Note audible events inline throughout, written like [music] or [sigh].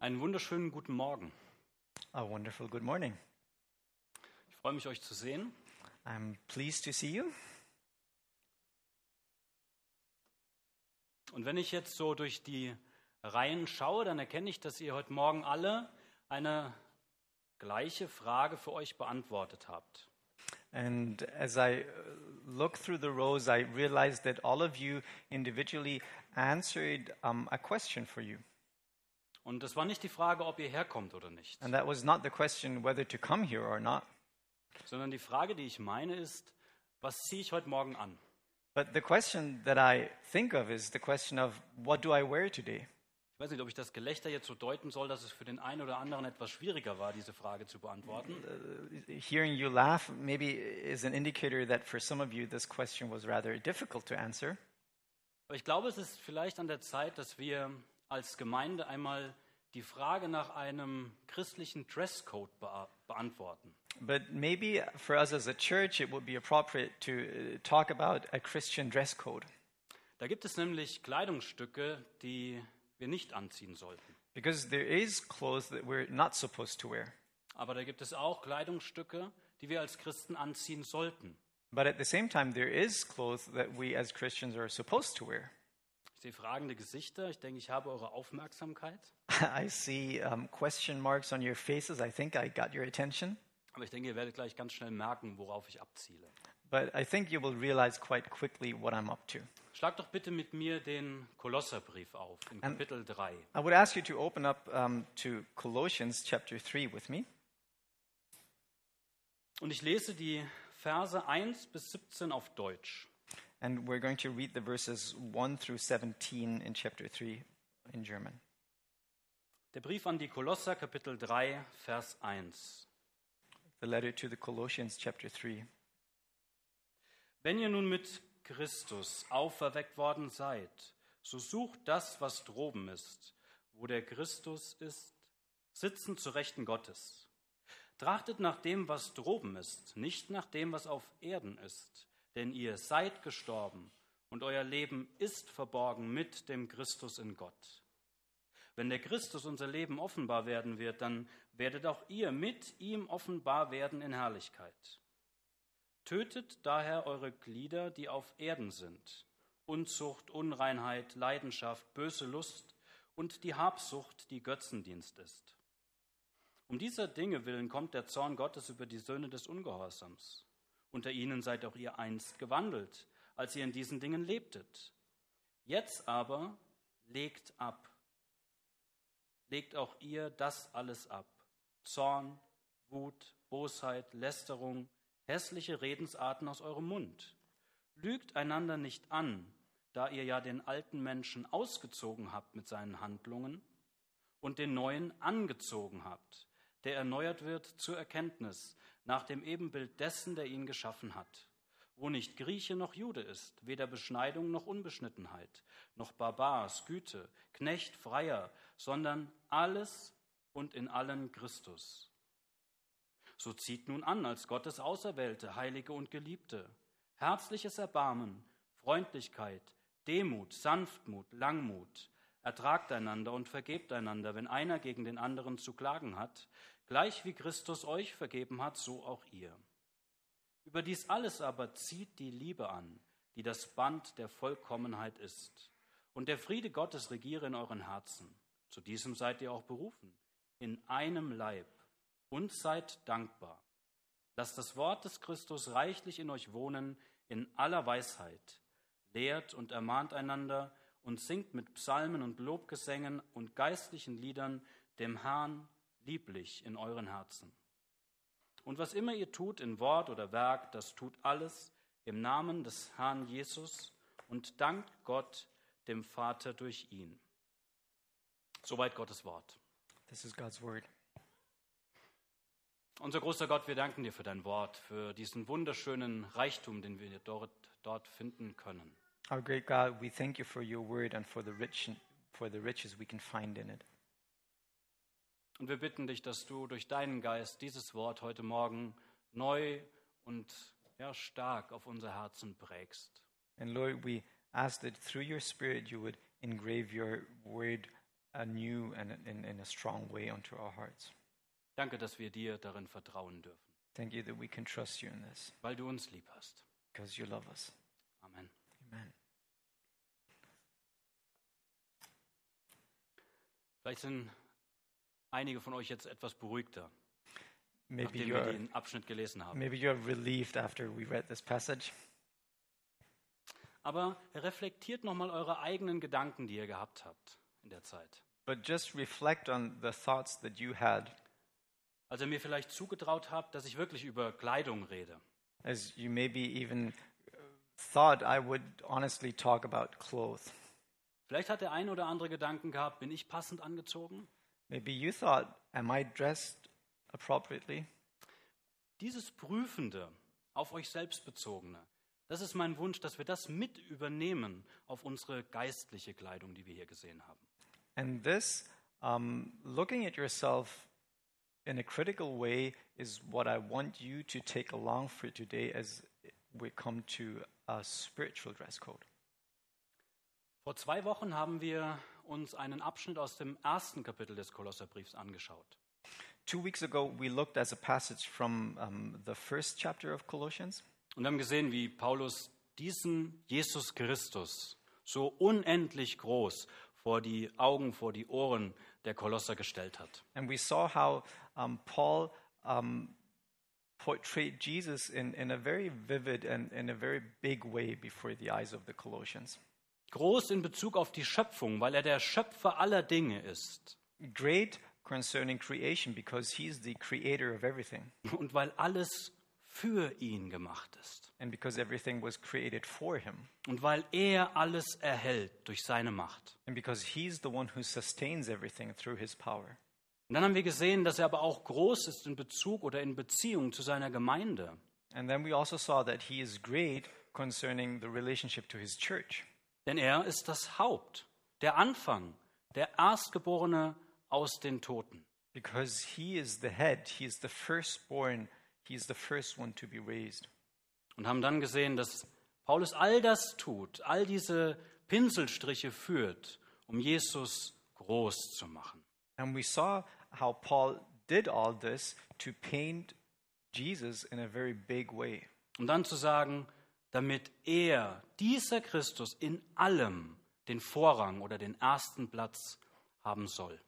Einen wunderschönen guten Morgen. A wonderful good morning. Ich freue mich, euch zu sehen. I'm pleased to see you. Und wenn ich jetzt so durch die Reihen schaue, dann erkenne ich, dass ihr heute Morgen alle eine gleiche Frage für euch beantwortet habt. And as I uh, look through the rows, I realize that all of you individually answered um, a question for you. Und das war nicht die Frage, ob ihr herkommt oder nicht, And that was not the question whether to come here or not, sondern die Frage, die ich meine, ist, was ziehe ich heute Morgen an? but the question that I think of is the question of what do I wear today? Ich weiß nicht, ob ich das Gelächter jetzt so deuten soll, dass es für den einen oder anderen etwas schwieriger war, diese Frage zu beantworten. Hearing you laugh maybe is an indicator that for some of you this question was rather difficult to answer. Aber ich glaube, es ist vielleicht an der Zeit, dass wir als Gemeinde einmal die Frage nach einem christlichen Dresscode bea- beantworten. But maybe for us as a church, it would be appropriate to uh, talk about a Christian dress code. Da gibt es nämlich Kleidungsstücke, die wir nicht anziehen sollten. Because there is clothes that we're not supposed to wear. Aber da gibt es auch Kleidungsstücke, die wir als Christen anziehen sollten. But at the same time, there is clothes that we as Christians are supposed to wear. [laughs] Ich sehe fragende Gesichter. Ich denke, ich habe eure Aufmerksamkeit. I see um, question marks on your faces. I think I got your attention. Aber ich denke, ihr werdet gleich ganz schnell merken, worauf ich abziele. But I think you will realize quite quickly what I'm up to. Schlag doch bitte mit mir den Kolosserbrief auf, in Kapitel 3. I would ask you to open up um, to Colossians chapter 3 with me. Und ich lese die Verse 1 bis 17 auf Deutsch. And we're going to read the verses 1 through 17 in chapter 3 in German. Der Brief an die Kolosser, Kapitel 3, Vers 1. The letter to the Colossians, chapter 3. Wenn ihr nun mit Christus auferweckt worden seid, so sucht das, was droben ist, wo der Christus ist, sitzen zu Rechten Gottes. Trachtet nach dem, was droben ist, nicht nach dem, was auf Erden ist, denn ihr seid gestorben und euer Leben ist verborgen mit dem Christus in Gott. Wenn der Christus unser Leben offenbar werden wird, dann werdet auch ihr mit ihm offenbar werden in Herrlichkeit. Tötet daher eure Glieder, die auf Erden sind. Unzucht, Unreinheit, Leidenschaft, böse Lust und die Habsucht, die Götzendienst ist. Um dieser Dinge willen kommt der Zorn Gottes über die Söhne des Ungehorsams. Unter ihnen seid auch ihr einst gewandelt, als ihr in diesen Dingen lebtet. Jetzt aber legt ab. Legt auch ihr das alles ab. Zorn, Wut, Bosheit, Lästerung, hässliche Redensarten aus eurem Mund. Lügt einander nicht an, da ihr ja den alten Menschen ausgezogen habt mit seinen Handlungen und den neuen angezogen habt, der erneuert wird zur Erkenntnis nach dem Ebenbild dessen, der ihn geschaffen hat, wo nicht Grieche noch Jude ist, weder Beschneidung noch Unbeschnittenheit, noch Barbar, Güte, Knecht, Freier, sondern alles und in allen Christus. So zieht nun an als Gottes Auserwählte, Heilige und Geliebte. Herzliches Erbarmen, Freundlichkeit, Demut, Sanftmut, Langmut. Ertragt einander und vergebt einander, wenn einer gegen den anderen zu klagen hat. Gleich wie Christus euch vergeben hat, so auch ihr. Über dies alles aber zieht die Liebe an, die das Band der Vollkommenheit ist. Und der Friede Gottes regiere in euren Herzen. Zu diesem seid ihr auch berufen, in einem Leib. Und seid dankbar. Lasst das Wort des Christus reichlich in euch wohnen, in aller Weisheit. Lehrt und ermahnt einander und singt mit Psalmen und Lobgesängen und geistlichen Liedern dem Herrn lieblich in euren Herzen. Und was immer ihr tut in Wort oder Werk, das tut alles im Namen des Herrn Jesus und dankt Gott, dem Vater, durch ihn. Soweit Gottes Wort. This is God's word. Unser großer Gott, wir danken dir für dein Wort, für diesen wunderschönen Reichtum, den wir dort, dort finden können. Our great God, we thank you for your word and for the rich for the riches we can find in it. Und wir bitten dich, dass du durch deinen Geist dieses Wort heute Morgen neu und ja, stark auf unser Herzen prägst. And Lord, we ask that through your spirit you would engrave your word uh, anew and in, in a strong way onto our hearts. Danke, dass wir dir darin vertrauen dürfen, Thank you that we can trust you in this weil du uns lieb hast. because you love us. Amen. Amen. Vielleicht sind einige von euch jetzt etwas beruhigter, Maybe nachdem wir you're, den Abschnitt gelesen haben. maybe you're relieved after we read this passage. Aber reflektiert nochmal eure eigenen Gedanken, die ihr gehabt habt in der Zeit. But just reflect on the thoughts that you had Als ihr mir vielleicht zugetraut habt, dass ich wirklich über Kleidung rede. as you maybe even uh, thought I would honestly talk about clothes. Vielleicht hat der ein oder andere Gedanken gehabt, bin ich passend angezogen? Maybe you thought, am I dressed appropriately? Dieses Prüfende, auf euch selbst bezogene, das ist mein Wunsch, dass wir das mit übernehmen auf unsere geistliche Kleidung, die wir hier gesehen haben. And this, um, looking at yourself in a critical way, is what I want you to take along for today as we come to a spiritual dress code. Vor zwei Wochen haben wir uns einen Abschnitt aus dem ersten Kapitel des Kolosserbriefs angeschaut. Two weeks ago, we looked at a passage from um, the first chapter of Colossians, Und haben gesehen, wie Paulus diesen Jesus Christus so unendlich groß vor die Augen, vor die Ohren der Kolosser gestellt hat. and we saw how um, Paul um, portrayed Jesus in, in a very vivid and in a very big way before the eyes of the Colossians. Groß in Bezug auf die Schöpfung, weil er der Schöpfer aller Dinge ist Great concerning creation because he's the creator of everything. und weil alles für ihn gemacht ist and because everything was created for him, und weil er alles erhält durch seine Macht. and because he's the one who sustains everything through his power. Und dann haben wir gesehen, dass er aber auch groß ist in Bezug oder in Beziehung zu seiner Gemeinde. And then we also saw that he is great concerning the relationship to his church, Denn er ist das Haupt, der Anfang, der Erstgeborene aus den Toten. because he is the head, he is the firstborn, he is the first one to be raised. Und haben dann gesehen, dass Paulus all das tut, all diese Pinselstriche führt, um Jesus groß zu machen. And we saw how Paul did all this to paint Jesus in a very big way. Um dann zu sagen, damit er, dieser Christus, in allem den Vorrang oder den ersten Platz haben soll.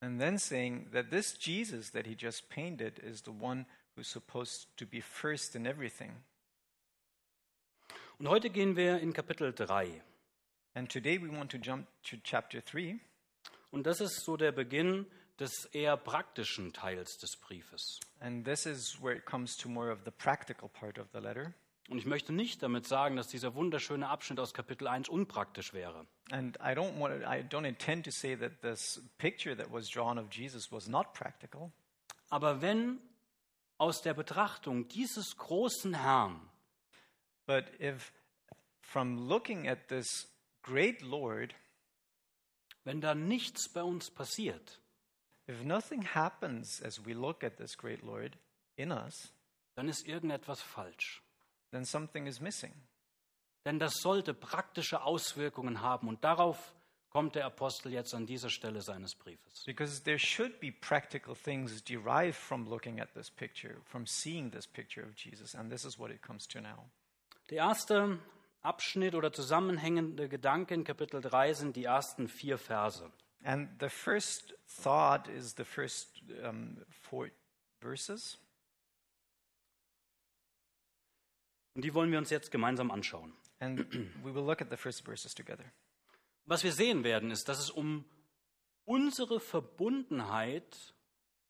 And then saying that this Jesus that he just painted is the one who's supposed to be first in everything. Und heute gehen wir in Kapitel 3. And today we want to jump to chapter 3, Und das ist so der Beginn des eher praktischen Teils des Briefes. and this is where it comes to more of the practical part of the letter. Und ich möchte nicht damit sagen, dass dieser wunderschöne Abschnitt aus Kapitel 1 unpraktisch wäre. And I don't want to, I don't intend to say that this picture that was drawn of Jesus was not practical, Aber wenn aus der Betrachtung dieses großen Herrn but if from looking at this great Lord, wenn da nichts bei uns passiert, if nothing happens as we look at this great Lord in us, dann ist irgendetwas falsch. then something is missing. Denn das sollte praktische Auswirkungen haben. Und darauf kommt der Apostel jetzt an dieser Stelle seines Briefes. Because there should be practical things derived from looking at this picture, from seeing this picture of Jesus, and this is what it comes to now. Der erste Abschnitt oder zusammenhängende Gedanke in Kapitel 3 sind die ersten vier Verse. And the first thought is the first um, four verses, Und die wollen wir uns jetzt gemeinsam anschauen. and we will look at the first verses together. Was wir sehen werden, ist, dass es um unsere Verbundenheit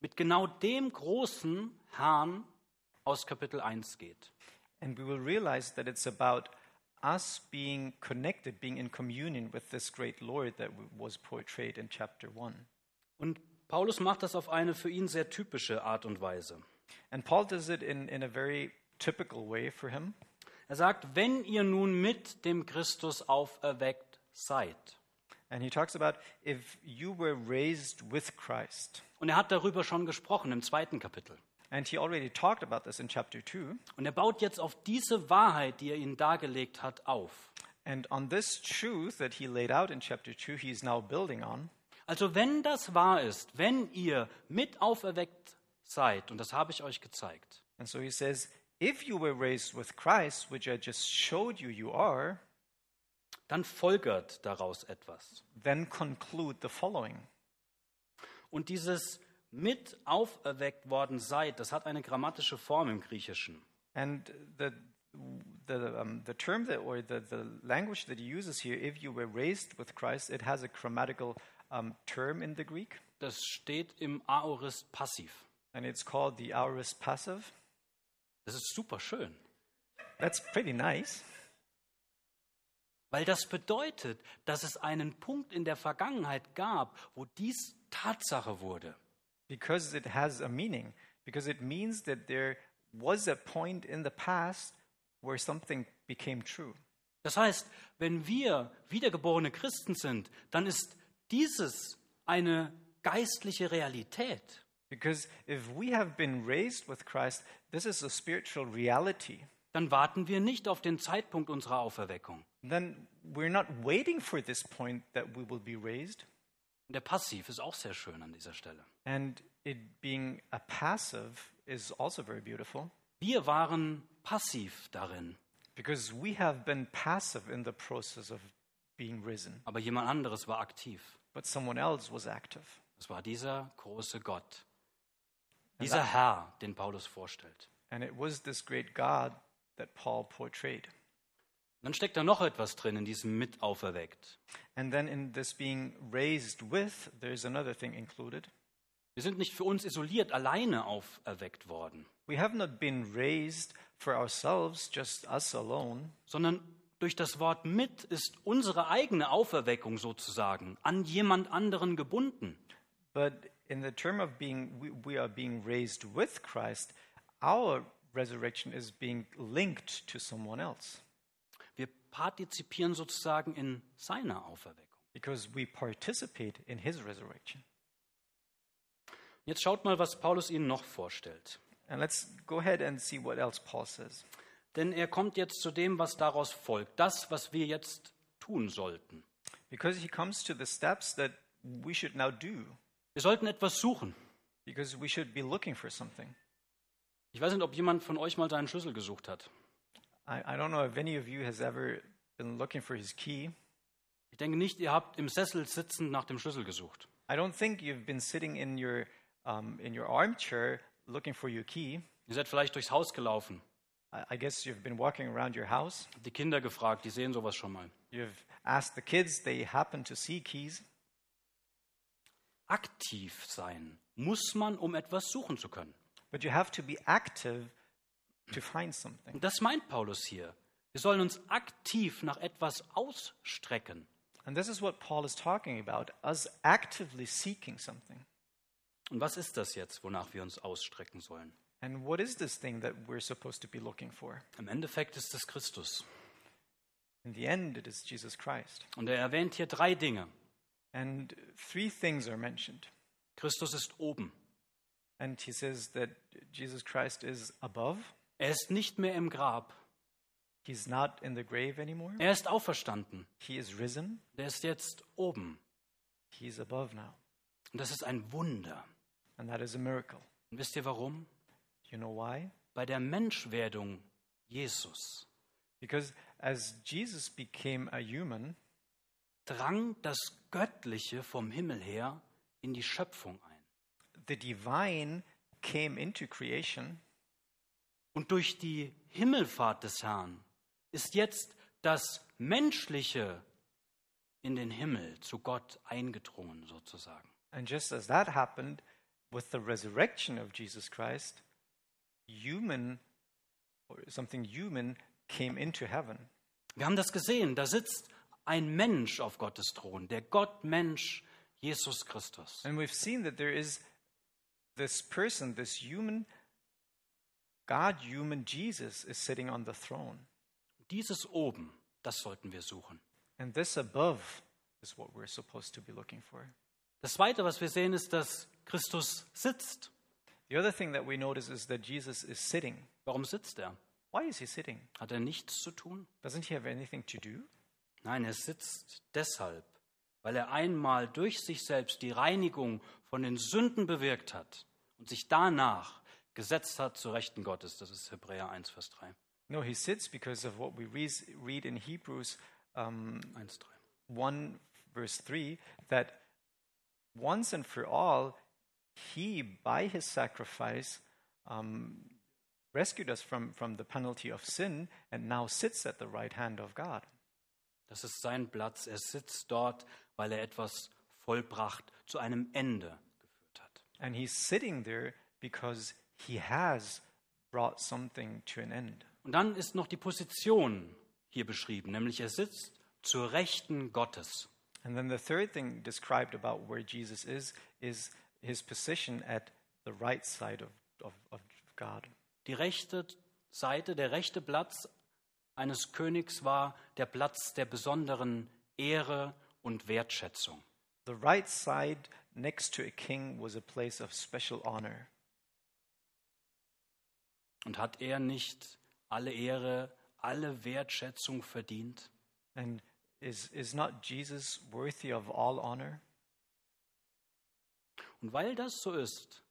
mit genau dem großen Herrn aus Kapitel 1 geht. And we will realize that it's about us being connected, being in communion with this great Lord that w- was portrayed in chapter 1. Und Paulus macht das auf eine für ihn sehr typische Art und Weise. And Paul does it in, in a very typical way for him. Er sagt, wenn ihr nun mit dem Christus auferweckt seid. And he talks about if you were raised with Christ. Und er hat darüber schon gesprochen im zweiten Kapitel. And he already talked about this in chapter 2. Und er baut jetzt auf diese Wahrheit, die er ihnen dargelegt hat, auf. And on this truth that he laid out in chapter 2, he's now building on. Also wenn das wahr ist, wenn ihr mit auferweckt seid, und das habe ich euch gezeigt, And so he says, if you were raised with Christ, which I just showed you you are, dann folgert daraus etwas. then conclude the following. Und dieses mit auferweckt worden seid, das hat eine grammatische Form im Griechischen. And the the um, the term that or the, the language that he uses here, if you were raised with Christ, it has a grammatical um, term in the Greek, Das steht im Aorist Passiv. and it's called the aorist passive. Das ist super schön, That's pretty nice weil das bedeutet, dass es einen Punkt in der Vergangenheit gab, wo dies Tatsache wurde. because it has a meaning. Because it means that there was a point in the past where something became true. Das heißt, wenn wir wiedergeborene Christen sind, dann ist dieses eine geistliche Realität. Because if we have been raised with Christ, this is a spiritual reality. Dann warten wir nicht auf den Zeitpunkt unserer Auferweckung. Then we're not waiting for this point that we will be raised. Und der Passiv ist auch sehr schön an dieser Stelle. And it being a passive is also very beautiful Wir waren passiv darin, because we have been passive in the process of being risen, aber jemand anderes war aktiv. but someone else was active. Es war dieser große Gott, dieser Herr, den Paulus vorstellt. And it was this great God that Paul portrayed. Und dann steckt da noch etwas drin in diesem mit auferweckt. And then in this being raised with, there's another thing included. Wir sind nicht für uns isoliert alleine auferweckt worden. We have not been raised for ourselves, just us alone, sondern durch das Wort mit ist unsere eigene Auferweckung sozusagen an jemand anderen gebunden. but in the term of being, we, we are being raised with Christ, our resurrection is being linked to someone else. Wir partizipieren sozusagen in seiner Auferweckung. because we participate in his resurrection. Jetzt schaut mal, was Paulus Ihnen noch vorstellt. And let's go ahead and see what else Paul says. Denn er kommt jetzt zu dem, was daraus folgt, das, was wir jetzt tun sollten. Because he comes to the steps that we should now do, Wir sollten etwas suchen. because we should be looking for something. Ich weiß nicht, ob jemand von euch mal seinen Schlüssel gesucht hat. I, I don't know if any of you has ever been looking for his key. Ich denke nicht, ihr habt im Sessel sitzend nach dem Schlüssel gesucht. I don't think you've been sitting in your, um, in your armchair looking for your key. Ihr seid vielleicht durchs Haus gelaufen, I, I guess you've been walking around your house. habt die Kinder gefragt, die sehen sowas schon mal. You've asked the kids, they happen to see keys. aktiv sein muss man, um etwas suchen zu können. But you have to be active to find something. Und das meint Paulus hier. Wir sollen uns aktiv nach etwas ausstrecken. And this is what Paul is talking about us actively seeking something. Und was ist das jetzt, wonach wir uns ausstrecken sollen? And what is this thing that we're supposed to be looking for? Im Endeffekt ist es Christus. In the end, it is Jesus Christ. Und er erwähnt hier drei Dinge. And three things are mentioned. Christus ist oben. And he says that Jesus Christ is above, Er ist nicht mehr im Grab. he's not in the grave anymore, Er ist auferstanden. he is risen, Er ist jetzt oben. he's above now. Und das ist ein Wunder. And that is a miracle. Und wisst ihr warum? You know why? Bei der Menschwerdung Jesus Because as Jesus became a human, drang das Göttliche vom Himmel her in die Schöpfung ein. the divine came into creation, Und durch die Himmelfahrt des Herrn ist jetzt das Menschliche in den Himmel zu Gott eingedrungen sozusagen. And just as that happened with the resurrection of Jesus Christ, human or something human came into heaven. Wir haben das gesehen, da sitzt ein Mensch auf Gottes Thron, der Gottmensch Jesus Christus. And we've seen that there is this person, this human, God human Jesus is sitting on the throne. Dieses oben, das sollten wir suchen. And this above is what we're supposed to be looking for. Das Zweite, was wir sehen, ist, dass Christus sitzt. The other thing that we notice is that Jesus is sitting. Warum sitzt er? Why is he sitting? Hat er nichts zu tun? Doesn't he have anything to do? Nein, er sitzt deshalb, weil er einmal durch sich selbst die Reinigung von den Sünden bewirkt hat und sich danach gesetzt hat zu Rechten Gottes. Das ist Hebräer 1, Vers 3. No, he sits because of what we read, read in Hebrews um, 1, 3. 1, verse 3, that once and for all, he, by his sacrifice, um, rescued us from, from the penalty of sin and now sits at the right hand of God. Das ist sein Platz. Er sitzt dort, weil er etwas vollbracht, zu einem Ende geführt hat. And he's sitting there because he has brought something to an end. Und dann ist noch die Position hier beschrieben, nämlich er sitzt zur Rechten Gottes. And then the third thing described about where Jesus is is his position at the right side of, of, of God. Die rechte Seite, der rechte Platz eines Königs war der Platz der besonderen Ehre und Wertschätzung. The right side next to a king was a place of special honor. Und hat er nicht alle Ehre, alle Wertschätzung verdient? And is, is not Jesus worthy of all honor? Und weil das so ist,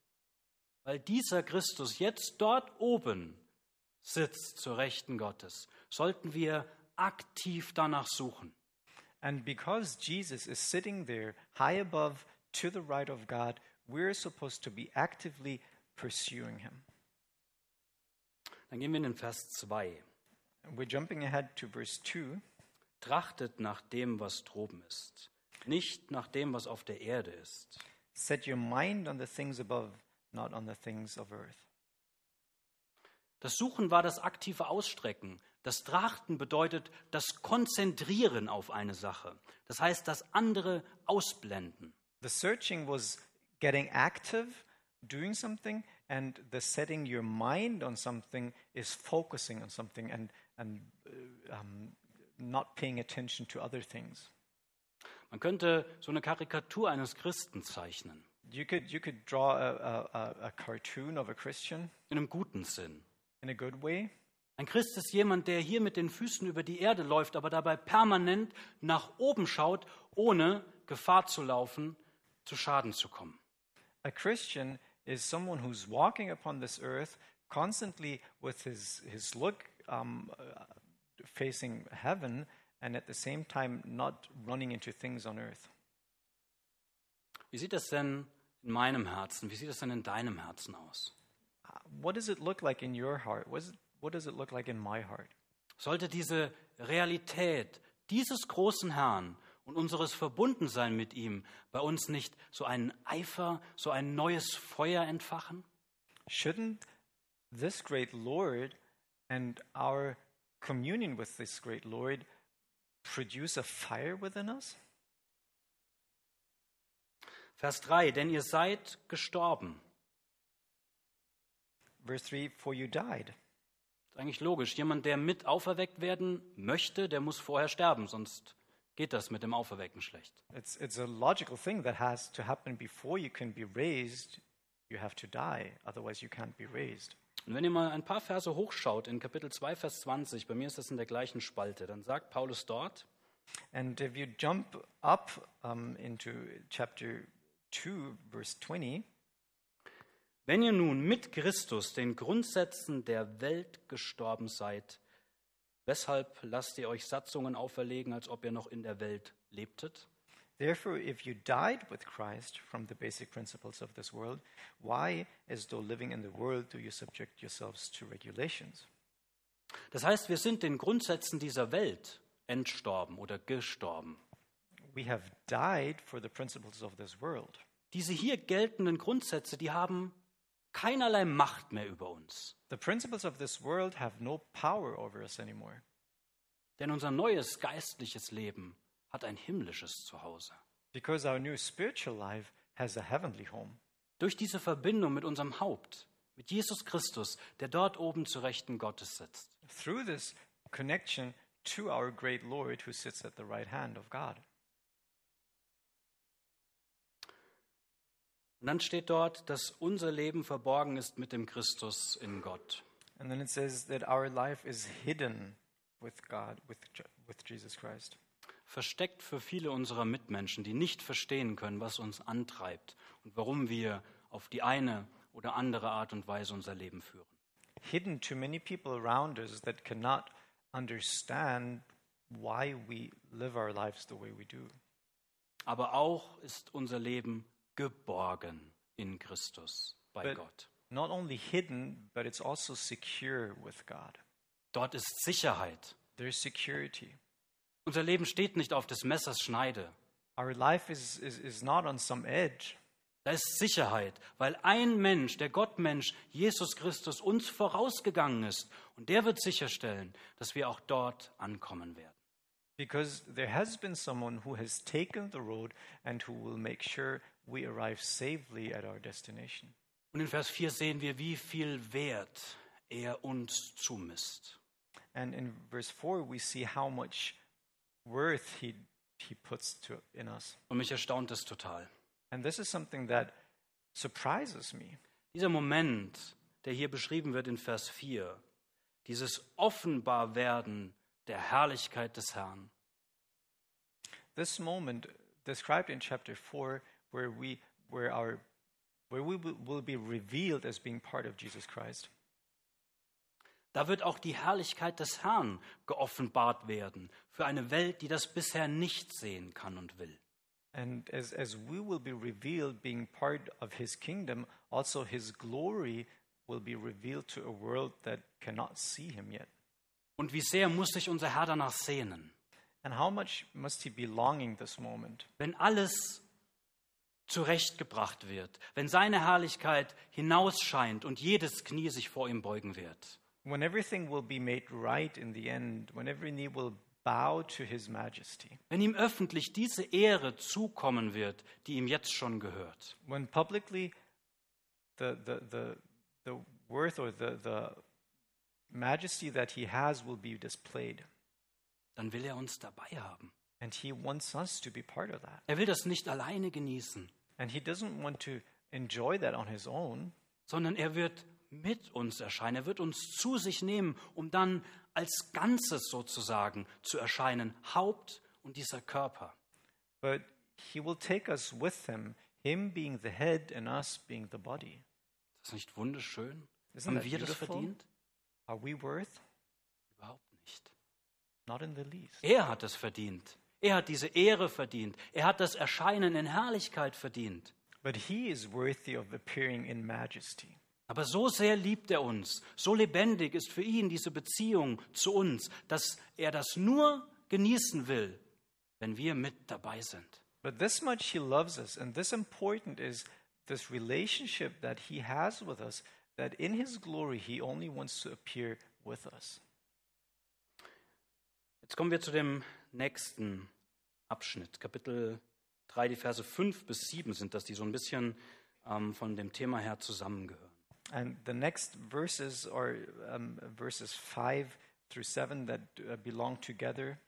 weil dieser Christus jetzt dort oben sitzt zur Rechten Gottes, sollten wir aktiv danach suchen. And because Jesus is sitting there high above to the right of God, we're supposed to be actively pursuing him. Dann gehen wir in den Vers 2. And We're jumping ahead to verse 2. Trachtet nach dem, was droben ist, nicht nach dem, was auf der Erde ist. Set your mind on the things above, not on the things of earth. Das Suchen war das aktive Ausstrecken. Das Trachten bedeutet das Konzentrieren auf eine Sache. Das heißt, das andere ausblenden. The searching was getting active, doing something, and the setting your mind on something is focusing on something and, and uh, um, not paying attention to other things. Man könnte so eine Karikatur eines Christen zeichnen, You could, you could draw a, a, a- a cartoon of a Christian in einem guten Sinn. in a good way. Ein Christ ist jemand, der hier mit den Füßen über die Erde läuft, aber dabei permanent nach oben schaut, ohne Gefahr zu laufen, zu Schaden zu kommen. A Christian is someone who's walking upon this earth constantly with his, his look um, uh, facing heaven and at the same time not running into things on earth. Wie sieht das denn in meinem Herzen? Wie sieht das denn in deinem Herzen aus? Uh, What does it look like in your heart? What, is, what does it look like in my heart? Sollte diese Realität dieses großen Herrn und unseres Verbundensein mit ihm bei uns nicht so einen Eifer, so ein neues Feuer entfachen? Shouldn't this great Lord and our communion with this great Lord produce a fire within us? Vers 3, denn ihr seid gestorben. Verse 3 For you died. Ist eigentlich logisch. Jemand, der mit auferweckt werden möchte, der muss vorher sterben, sonst geht das mit dem Auferwecken schlecht. It's, it's a logical thing that has to happen before you can be raised. You have to die, otherwise, you can't be raised. Und wenn ihr mal ein paar Verse hochschaut, in Kapitel 2, Vers 20, bei mir ist das in der gleichen Spalte, dann sagt Paulus dort, And if you jump up um, into chapter 2, verse 20, Wenn ihr nun mit Christus den Grundsätzen der Welt gestorben seid, weshalb lasst ihr euch Satzungen auferlegen, als ob ihr noch in der Welt lebtet? Therefore, if you died with Christ from the basic principles of this world, why, as though living in the world, do you subject yourselves to regulations? Das heißt, wir sind den Grundsätzen dieser Welt entstorben oder gestorben. We have died for the principles of this world. Diese hier geltenden Grundsätze, die haben keinerlei Macht mehr über uns. The principles of this world have no power over us anymore, Denn unser neues geistliches Leben hat ein himmlisches Zuhause. because our new spiritual life has a heavenly home. Durch diese Verbindung mit unserem Haupt, mit Jesus Christus, der dort oben zu Rechten Gottes sitzt. Through this connection to our great Lord who sits at the right hand of God. Und dann steht dort, dass unser Leben verborgen ist mit dem Christus in Gott. And then it says that our life is hidden with God, with, Je- with Jesus Christ. versteckt für viele unserer Mitmenschen, die nicht verstehen können, was uns antreibt und warum wir auf die eine oder andere Art und Weise unser Leben führen. hidden to many people around us that cannot understand why we live our lives the way we do. Aber auch ist unser Leben geborgen in Christus bei But- Gott. Not only hidden, but it's also secure with God. Dort ist Sicherheit. There's security. Unser Leben steht nicht auf des Messers Schneide. Our life is, is, is not on some edge. Da ist Sicherheit, weil ein Mensch, der Gottmensch, Jesus Christus, uns vorausgegangen ist. Und der wird sicherstellen, dass wir auch dort ankommen werden. Because there has been someone who has taken the road and who will make sure we arrive safely at our destination. Und in Vers 4 sehen wir, wie viel Wert er uns zumisst. And in verse 4, we see how much worth he, he puts to, in us. Und mich erstaunt es total. And this is something that surprises me. Dieser Moment, der hier beschrieben wird in Vers 4, dieses Offenbarwerden der Herrlichkeit des Herrn, This moment described in chapter 4 where we where our where we will will be revealed as being part of Jesus Christ. da wird auch die Herrlichkeit des Herrn geoffenbart werden für eine Welt, die das bisher nicht sehen kann und will. And as as we will be revealed being part of his kingdom, also his glory will be revealed to a world that cannot see him yet. Und wie sehr muss sich unser Herr danach sehnen, And how much must he be longing this moment wenn alles zurechtgebracht wird, wenn seine Herrlichkeit hinausscheint und jedes Knie sich vor ihm beugen wird. when everything will be made right in the end, when every knee will bow to his majesty, wenn ihm öffentlich diese Ehre zukommen wird, die ihm jetzt schon gehört. when publicly the the the the worth or the the majesty that he has will be displayed dann will er uns dabei haben. and he wants us to be part of that Er will das nicht alleine genießen, and he doesn't want to enjoy that on his own sondern er wird mit uns erscheinen, er wird uns zu sich nehmen, um dann als Ganzes sozusagen zu erscheinen, Haupt und dieser Körper. but he will take us with him him being the head and us being the body Ist das nicht wunderschön? Isn't Haben that wir das beautiful? verdient? are we worth Überhaupt nicht. not in the least Er hat es verdient. Er hat diese Ehre verdient. Er hat das Erscheinen in Herrlichkeit verdient. but he is worthy of appearing in majesty Aber so sehr liebt er uns, so lebendig ist für ihn diese Beziehung zu uns, dass er das nur genießen will, wenn wir mit dabei sind. But this much he loves us, and this important is this relationship that he has with us, that in his glory he only wants to appear with us. Jetzt kommen wir zu dem nächsten Abschnitt, Kapitel 3, die Verse 5 bis 7 sind das, die so ein bisschen ähm, von dem Thema her zusammengehören. And the next verses are um, verses 5 through 7 that uh, belong together.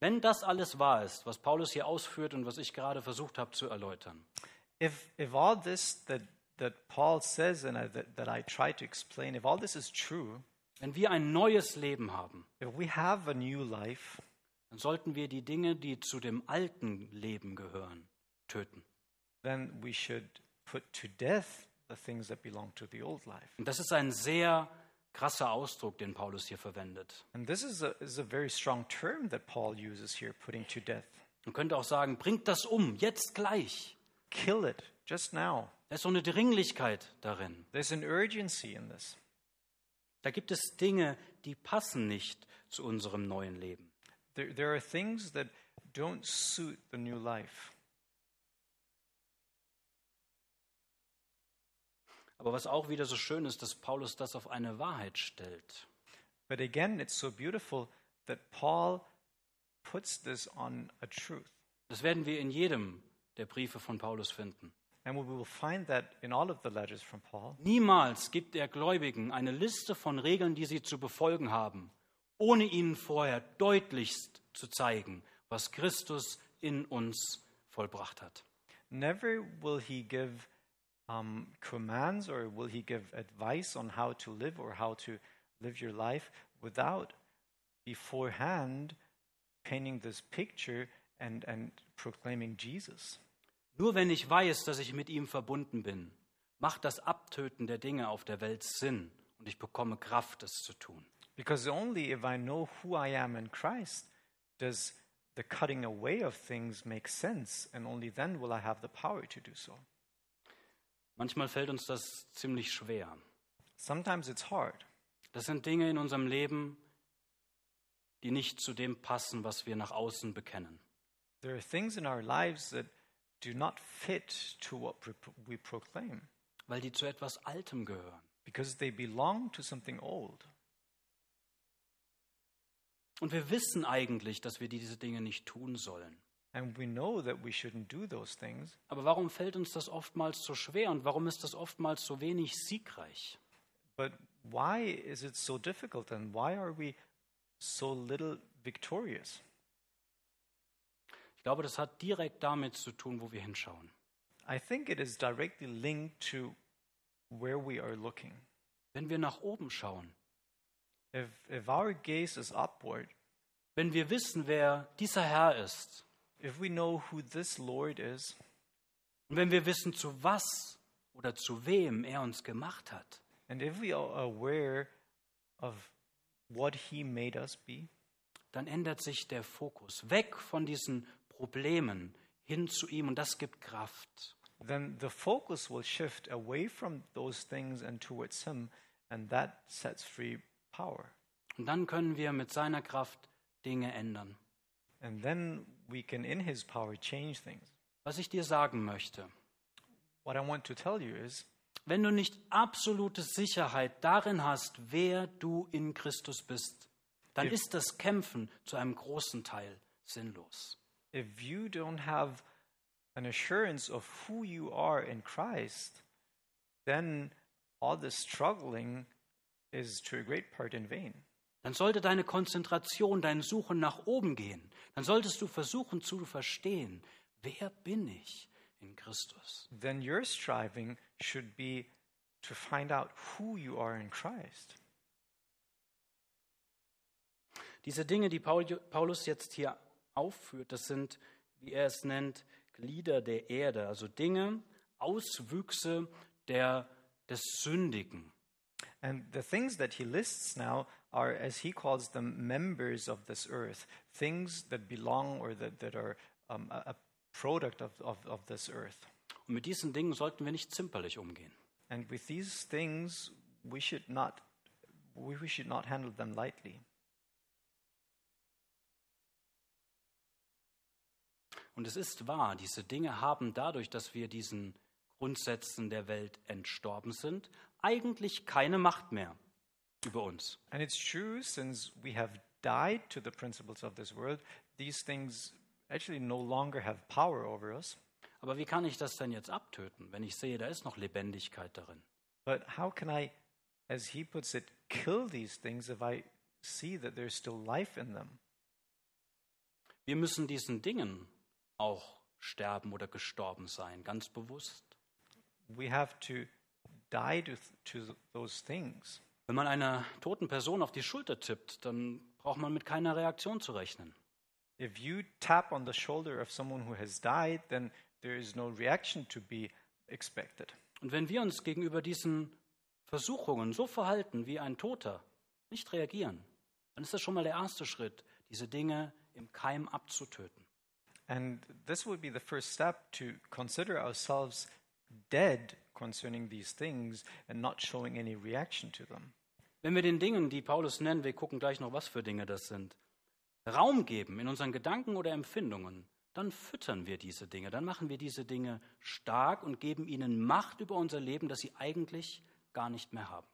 Wenn das alles wahr ist, was Paulus hier ausführt und was ich gerade versucht habe zu erläutern, If, if all this that, that Paul says and I, that, that I try to explain, if all this is true, wenn wir ein neues Leben haben, if we have a new life, dann sollten wir die Dinge, die zu dem alten Leben gehören, töten. then we should put to death the things that belong to the old life. Und das ist ein sehr krasser Ausdruck, den Paulus hier verwendet. And this is a, is a very strong term that Paul uses here, putting to death. Man könnte auch sagen, bringt das um, jetzt gleich. Kill it just now. Da ist so eine Dringlichkeit darin. There's an urgency in this. Da gibt es Dinge, die passen nicht zu unserem neuen Leben. There, there are things that don't suit the new life. Aber was auch wieder so schön ist, dass Paulus das auf eine Wahrheit stellt. But again, it's so beautiful that Paul puts this on a truth. Das werden wir in jedem der Briefe von Paulus finden. And we will find that in all of the letters from Paul. Niemals gibt er Gläubigen eine Liste von Regeln, die sie zu befolgen haben, ohne ihnen vorher deutlichst zu zeigen, was Christus in uns vollbracht hat. Never will he give um, commands or will he give advice on how to live or how to live your life without beforehand painting this picture and, and proclaiming Jesus. Nur wenn ich weiß, dass ich mit ihm verbunden bin, macht das Abtöten der Dinge auf der Welt Sinn und ich bekomme Kraft, es zu tun. Because only if I know who I am in Christ does the cutting away of things make sense, and only then will I have the power to do so. Manchmal fällt uns das ziemlich schwer. Sometimes it's hard. Das sind Dinge in unserem Leben, die nicht zu dem passen, was wir nach außen bekennen. There are things in our lives that do not fit to what pro- we proclaim weil die zu etwas Altem gehören. because they belong to something old. Und wir wissen eigentlich, dass wir diese Dinge nicht tun sollen. And we know that we shouldn't do those things. Aber warum fällt uns das oftmals so schwer und warum ist das oftmals so wenig siegreich? But why is it so difficult and why are we so little victorious? Ich glaube, das hat direkt damit zu tun, wo wir hinschauen. I think it is directly linked to where we are looking. Wenn wir nach oben schauen, If, if our gaze is upward, wenn wir wissen, wer dieser Herr ist if we know who this Lord is, und wenn wir wissen, zu was oder zu wem er uns gemacht hat, and if we are aware of what He made us be, dann ändert sich der Fokus weg von diesen Problemen hin zu ihm und das gibt Kraft. then the focus will shift away from those things and towards Him, and that sets free power. Und dann können wir mit seiner Kraft Dinge ändern. And then we can, in His power, change things. Was ich dir sagen möchte, What I want to tell you is wenn du nicht absolute Sicherheit darin hast, wer du in Christus bist, dann If- ist das Kämpfen zu einem großen Teil sinnlos. if you don't have an assurance of who you are in Christ, then all the struggling is to a great part in vain. Dann sollte deine Konzentration, deine Suche nach oben gehen. Dann solltest du versuchen zu verstehen, wer bin ich in Christus? Then your striving should be to find out who you are in Christ. Diese Dinge, die Paul- Paulus jetzt hier aufführt, das sind, wie er es nennt, Glieder der Erde, also Dinge, Auswüchse der, des Sündigen. And the things that he lists now are, as he calls them, members of this earth, things that belong or that, that are um, a, a product of, of, of this earth. Und mit diesen Dingen sollten wir nicht zimperlich umgehen. And with these things, we should not we, we should not handle them lightly. Und es ist wahr, diese Dinge haben dadurch, dass wir diesen Grundsätzen der Welt entstorben sind, eigentlich keine Macht mehr über uns. And it's true, since we have died to the principles of this world, these things actually no longer have power over us. Aber wie kann ich das denn jetzt abtöten, wenn ich sehe, da ist noch Lebendigkeit darin? But how can I, as he puts it, kill these things if I see that there's still life in them? Wir müssen diesen Dingen auch sterben oder gestorben sein, ganz bewusst. We have to die to, th- to th- those things. Wenn man einer toten Person auf die Schulter tippt, dann braucht man mit keiner Reaktion zu rechnen. If you tap on the shoulder of someone who has died, then there is no reaction to be expected. Und wenn wir uns gegenüber diesen Versuchungen so verhalten wie ein Toter, nicht reagieren, dann ist das schon mal der erste Schritt, diese Dinge im Keim abzutöten. And this would be the first step to consider ourselves dead concerning these things and not showing any reaction to them. Wenn wir den Dingen, die Paulus nennt, wir gucken gleich noch, was für Dinge das sind, Raum geben in unseren Gedanken oder Empfindungen, dann füttern wir diese Dinge, dann machen wir diese Dinge stark und geben ihnen Macht über unser Leben, das sie eigentlich gar nicht mehr haben.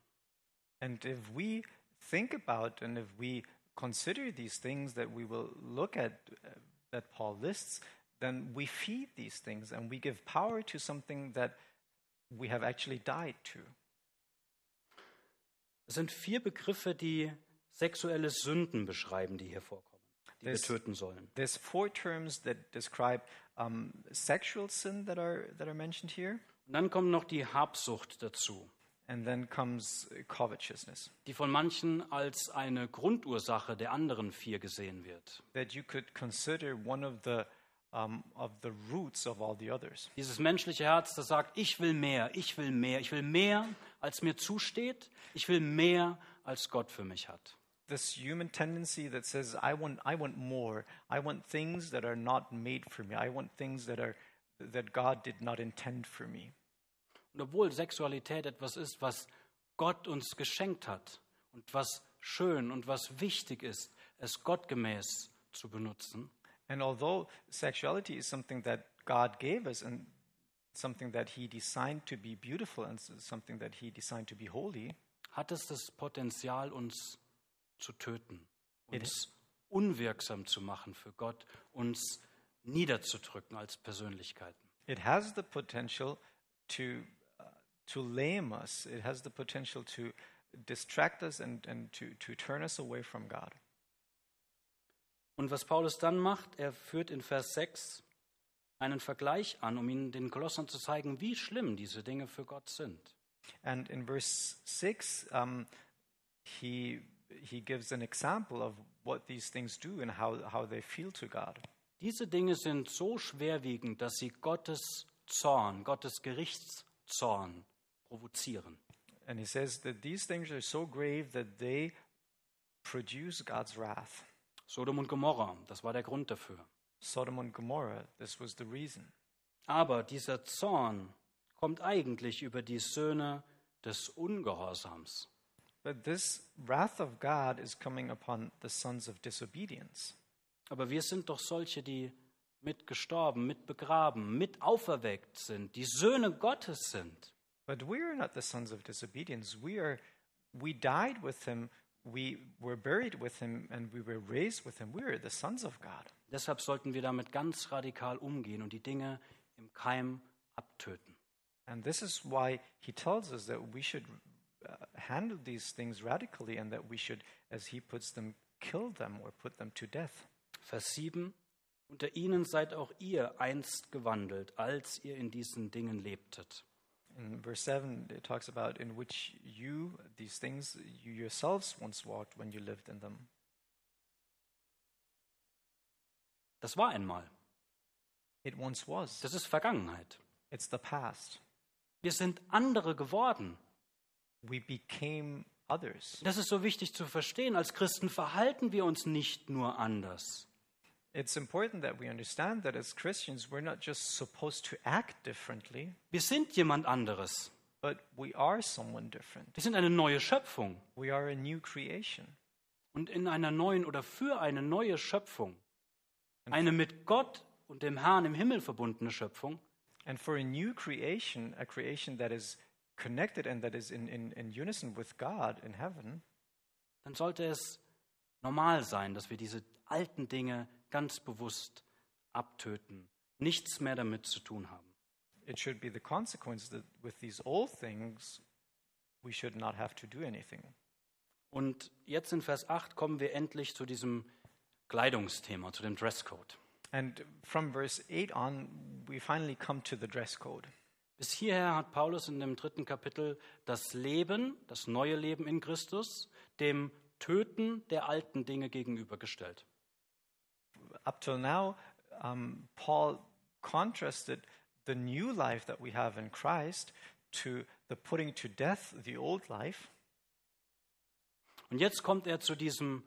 And if we think about and if we consider these things that we will look at uh, that Paul lists, then we feed these things and we give power to something that we have actually died to. Es sind vier Begriffe, die sexuelle Sünden beschreiben, die hier vorkommen, die wir Das- töten sollen. There's four terms that describe um, sexual sin that are that are mentioned here. Und dann kommt noch die Habsucht dazu. And then comes covetousness, die von manchen als eine Grundursache der anderen vier gesehen wird. that you could consider one of the um, of the roots of all the others. Dieses menschliche Herz, das sagt, ich will mehr, ich will mehr, ich will mehr, als mir zusteht, ich will mehr, als Gott für mich hat. This human tendency that says, "I want, I want more. I want things that are not made for me. I want things that are that God did not intend for me." Und obwohl Sexualität etwas ist, was Gott uns geschenkt hat und was schön und was wichtig ist, es gottgemäß zu benutzen, And although sexuality is something that God gave us and something that He designed to be beautiful and s- something that He designed to be holy, hat es das Potenzial, uns zu töten, uns unwirksam zu machen für Gott, uns niederzudrücken als Persönlichkeiten. it has the potential to uh, to lame us. It has the potential to distract us and, and to, to turn us away from God. Und was Paulus dann macht, er führt in Vers 6 einen Vergleich an, um ihnen den Kolossern zu zeigen, wie schlimm diese Dinge für Gott sind. And in verse six, um, he he gives an example of what these things do and how, how they feel to God. Diese Dinge sind so schwerwiegend, dass sie Gottes Zorn, Gottes Gerichtszorn provozieren. And he says that these things are so grave that they produce God's wrath. Sodom und Gomorra, das war der Grund dafür. Sodom and Gomorrah, this was the reason. Aber dieser Zorn kommt eigentlich über die Söhne des Ungehorsams. But this wrath of God is coming upon the sons of disobedience. Aber wir sind doch solche, die mit gestorben, mit begraben, mit auferweckt sind, die Söhne Gottes sind. But we are not the sons of disobedience. We are we died with him, we were buried with him, and we were raised with him. We are the sons of God. Deshalb sollten wir damit ganz radikal umgehen und die Dinge im Keim abtöten. And this is why he tells us that we should uh, handle these things radically and that we should, as he puts them, kill them or put them to death. Vers 7. Unter ihnen seid auch ihr einst gewandelt, als ihr in diesen Dingen lebtet. In verse 7, it talks about in which you, these things, you yourselves once walked when you lived in them. Das war einmal. It once was. Das ist Vergangenheit. It's the past. Wir sind andere geworden. We became others. Das ist so wichtig zu verstehen. Als Christen verhalten wir uns nicht nur anders. It's important that we understand that as Christians, we're not just supposed to act differently, Wir sind jemand anderes. but we are someone different. Wir sind eine neue Schöpfung. We are a new creation. Und in einer neuen oder für eine neue Schöpfung, eine mit Gott und dem Herrn im Himmel verbundene Schöpfung, And for a new creation, a creation that is connected and that is in, in, in unison with God in heaven, dann sollte es normal sein, dass wir diese alten Dinge ganz bewusst abtöten, nichts mehr damit zu tun haben. it should be the consequence that with these old things, we should not have to do anything. Und jetzt in Vers 8 kommen wir endlich zu diesem Kleidungsthema, zu dem Dresscode. And from verse 8 on, we finally come to the dress code. Bis hierher hat Paulus in dem dritten Kapitel das Leben, das neue Leben in Christus, dem Töten der alten Dinge gegenübergestellt. Up till now, um, Paul contrasted the new life that we have in Christ to the putting to death the old life. Und jetzt kommt er zu diesem,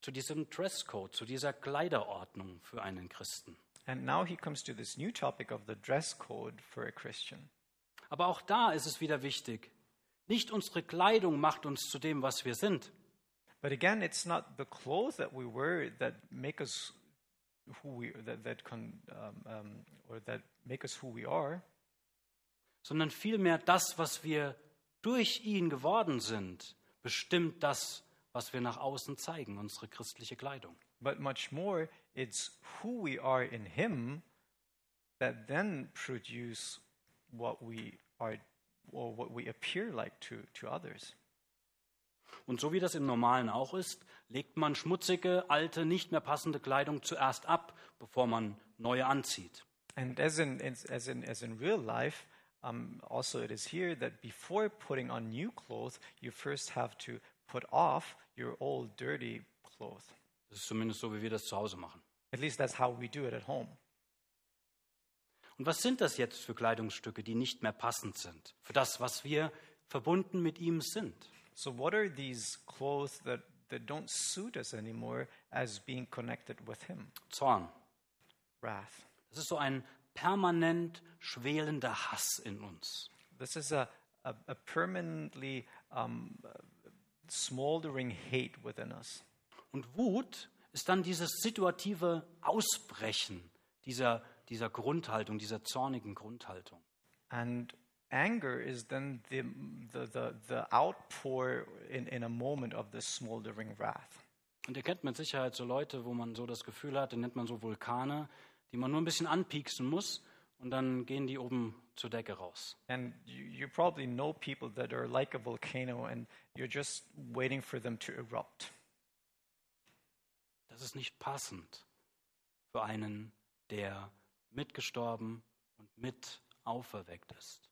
zu diesem Dresscode, zu dieser Kleiderordnung für einen Christen. And now he comes to this new topic of the dress code for a Christian. Aber auch da ist es wieder wichtig. Nicht unsere Kleidung macht uns zu dem, was wir sind, But again, it's not the clothes that we wear that make us who we that that con, um, um, or that make us who we are, sondern vielmehr das, was wir durch ihn geworden sind, bestimmt das, was wir nach außen zeigen, unsere christliche Kleidung. but much more, it's who we are in Him that then produce what we are or what we appear like to to others. Und so wie das im Normalen auch ist, legt man schmutzige, alte, nicht mehr passende Kleidung zuerst ab, bevor man neue anzieht. And as in as as in as in real life, Um, also, it is here that before putting on new clothes, you first have to put off your old dirty clothes. Das ist zumindest so, wie wir das zu Hause machen. At least that's how we do it at home. Und was sind das jetzt für Kleidungsstücke, die nicht mehr passend sind für das, was wir verbunden mit ihm sind? So, what are these clothes that, that don't suit us anymore as being connected with Him? Zorn. Wrath. Das ist so ein permanent schwelender Hass in uns. This is a, a, a permanently um, uh, smoldering hate within us. Und Wut ist dann dieses situative Ausbrechen dieser, dieser Grundhaltung, dieser zornigen Grundhaltung. And anger is then the, the, the, the outpour in, in a moment of this smoldering wrath. Und ihr kennt mit Sicherheit so Leute, wo man so das Gefühl hat, die nennt man so Vulkane, die man nur ein bisschen anpieksen muss und dann gehen die oben zur Decke raus. And you, you probably know people that are like a volcano and you're just waiting for them to erupt. Das ist nicht passend für einen, der mitgestorben und mit auferweckt ist.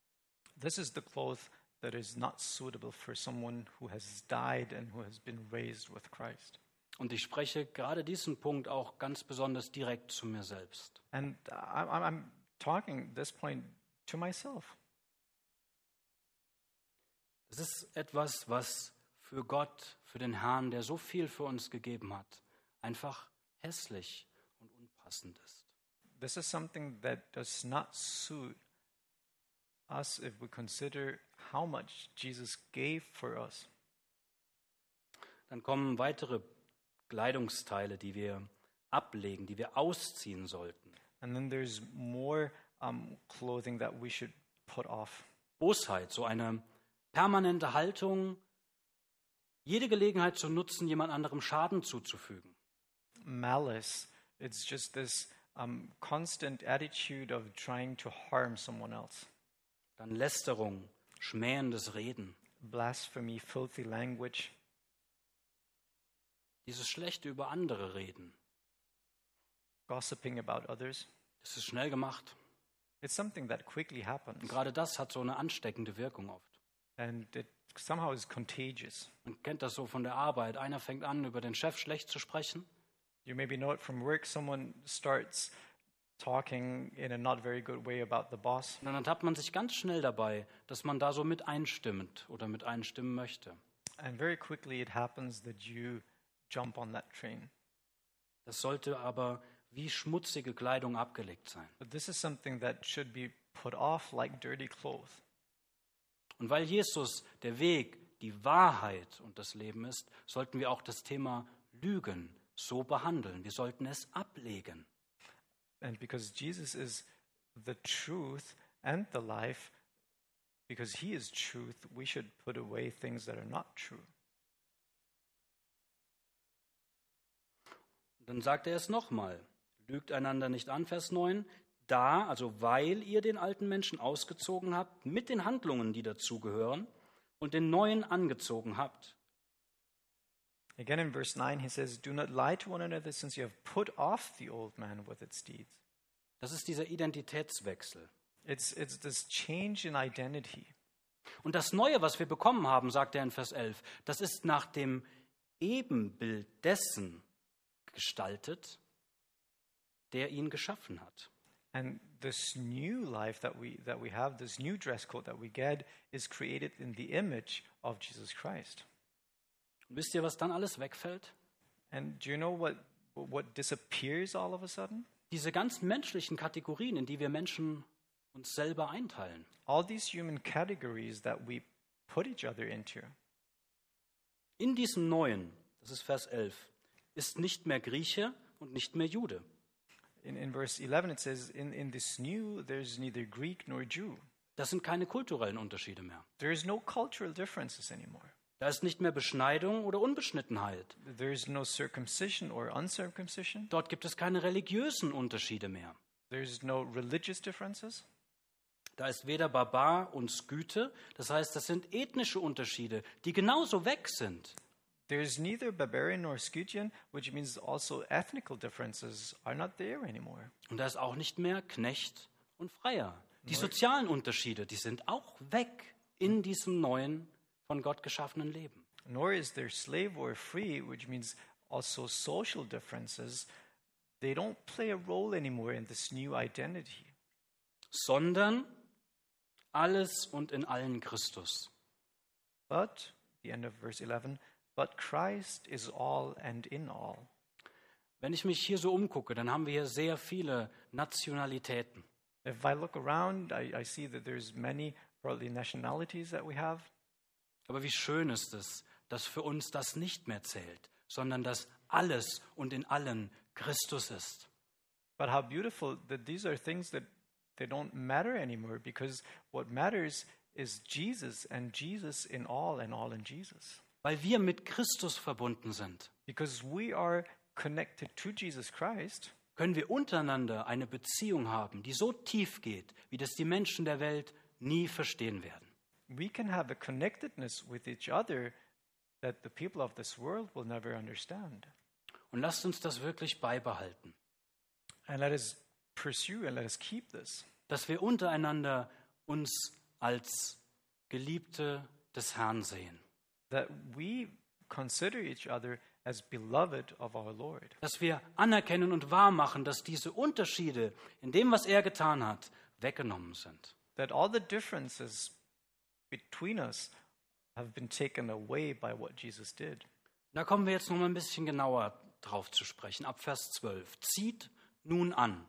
This is the cloth that is not suitable for someone who has died and who has been raised with Christ. Und ich spreche gerade diesen Punkt auch ganz besonders direkt zu mir selbst. And I, I'm- I'm talking this point to myself. Es ist etwas, was für Gott, für den Herrn, der so viel für uns gegeben hat, einfach hässlich und unpassend ist. This is something that does not suit us if we consider how much Jesus gave for us. Dann kommen weitere Kleidungsteile, die wir ablegen, die wir ausziehen sollten. And then there's more um, clothing that we should put off. Bosheit, so eine permanente Haltung, jede Gelegenheit zu nutzen, jemand anderem Schaden zuzufügen. Malice, it's just this um, constant attitude of trying to harm someone else. Dann Lästerung, schmähendes Reden, Blasphemy, filthy language, dieses schlechte über andere Reden. gossiping about others. Das ist schnell gemacht. It's something that quickly Und happens. gerade das hat so eine ansteckende Wirkung oft. And it somehow is contagious. Man kennt das so von der Arbeit. Einer fängt an, über den Chef schlecht zu sprechen. You maybe know it from work. Someone starts talking in a not very good way about the boss, Und dann hat man sich ganz schnell dabei, dass man da so mit einstimmt oder mit einstimmen möchte. and very quickly it happens that you jump on that train. Das sollte aber wie schmutzige Kleidung abgelegt sein. But this is something that should be put off like dirty clothes. Und weil Jesus der Weg, die Wahrheit und das Leben ist, sollten wir auch das Thema Lügen so behandeln. Wir sollten es ablegen. And because Jesus is the truth and the life, because he is truth, we should put away things that are not true. Und dann sagt er es nochmal. Lügt einander nicht an, Vers 9. Da, also weil ihr den alten Menschen ausgezogen habt, mit den Handlungen, die dazugehören, und den neuen angezogen habt. Again in verse 9, he says, Do not lie to one another, since you have put off the old man with its deeds. Das ist dieser Identitätswechsel. It's, it's this change in identity. Und das Neue, was wir bekommen haben, sagt er in Vers 11, das ist nach dem Ebenbild dessen gestaltet, der ihn geschaffen hat. And this new life that we, that we have, this new dress code that we get, is created in the image of Jesus Christ. Und wisst ihr, was dann alles wegfällt? And do you know what, what disappears all of a sudden? Diese ganz menschlichen Kategorien, in die wir Menschen uns selber einteilen. All these human categories that we put each other into. In diesem Neuen, das ist Vers 11, ist nicht mehr Grieche und nicht mehr Jude. In, in verse 11, it says, in, in this new, there's neither Greek nor Jew. Das sind keine kulturellen Unterschiede mehr. There is no cultural differences anymore. Da ist nicht mehr Beschneidung oder Unbeschnittenheit. There is no circumcision or uncircumcision. Dort gibt es keine religiösen Unterschiede mehr. There's no religious differences. Da ist weder Barbar und Sküte, das heißt, das sind ethnische Unterschiede, die genauso weg sind. There's neither barbarian nor Scythian, which means also ethnical differences are not there anymore. Und da ist auch nicht mehr Knecht und Freier. Die sozialen Unterschiede, die sind auch weg in diesem neuen, von Gott geschaffenen Leben. nor is there slave or free, which means also social differences, they don't play a role anymore in this new identity, Sondern alles und in allen Christus. but, the end of verse 11, but Christ is all and in all. Wenn ich mich hier so umgucke, dann haben wir hier sehr viele Nationalitäten. If I look around, I, I see that there's many probably nationalities that we have, Aber wie schön ist es, dass für uns das nicht mehr zählt, sondern dass alles und in allen Christus ist. but how beautiful that these are things that they don't matter anymore because what matters is Jesus and Jesus in all and all in Jesus. Weil wir mit Christus verbunden sind, Because we are connected to Jesus Christ, können wir untereinander eine Beziehung haben, die so tief geht, wie das die Menschen der Welt nie verstehen werden. we can have a connectedness with each other that the people of this world will never understand. Und lasst uns das wirklich beibehalten, And let us pursue and let us keep this dass wir untereinander uns als Geliebte des Herrn sehen, that we consider each other as beloved of our Lord, dass wir anerkennen und wahrmachen, dass diese Unterschiede in dem, was er getan hat, weggenommen sind. that all the differences between us have been taken away by what Jesus did. Da kommen wir jetzt noch mal ein bisschen genauer drauf zu sprechen, ab Vers 12. Zieht nun an.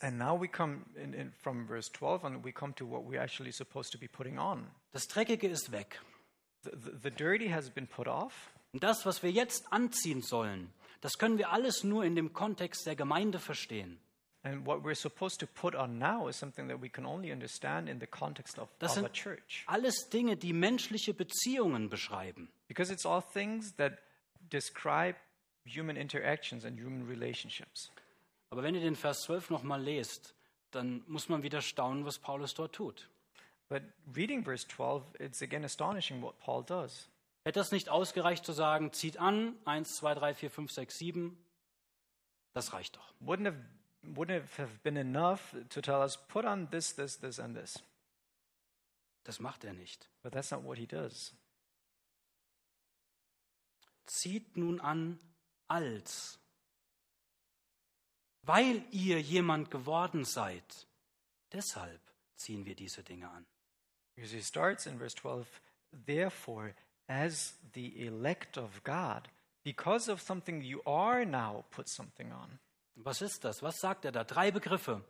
And now we come in, in, from verse 12 and we come to what we're actually supposed to be putting on. Das Dreckige ist weg. The, the, the dirty has been put off. Und das, was wir jetzt anziehen sollen, das können wir alles nur in dem Kontext der Gemeinde verstehen. And what we're supposed to put on now is something that we can only understand in the context of, Das of a sind church. alles Dinge, die menschliche Beziehungen beschreiben. Because it's all things that describe human interactions and human relationships. Aber wenn ihr den Vers 12 nochmal lest, dann muss man wieder staunen, was Paulus dort tut. But reading verse 12, it's again astonishing what Paul does. Hätte das nicht ausgereicht zu sagen, zieht an, 1, 2, 3, 4, 5, 6, 7, das reicht doch. Wouldn't have wouldn't it have been enough to tell us put on this, this, this, and this. Das macht er nicht. But that's not what he does. Zieht nun an als, weil ihr jemand geworden seid, deshalb ziehen wir diese Dinge an. Because he starts in verse 12, therefore, as the elect of God, because of something you are now, put something on. Was ist das? Was sagt er da? Drei Begriffe.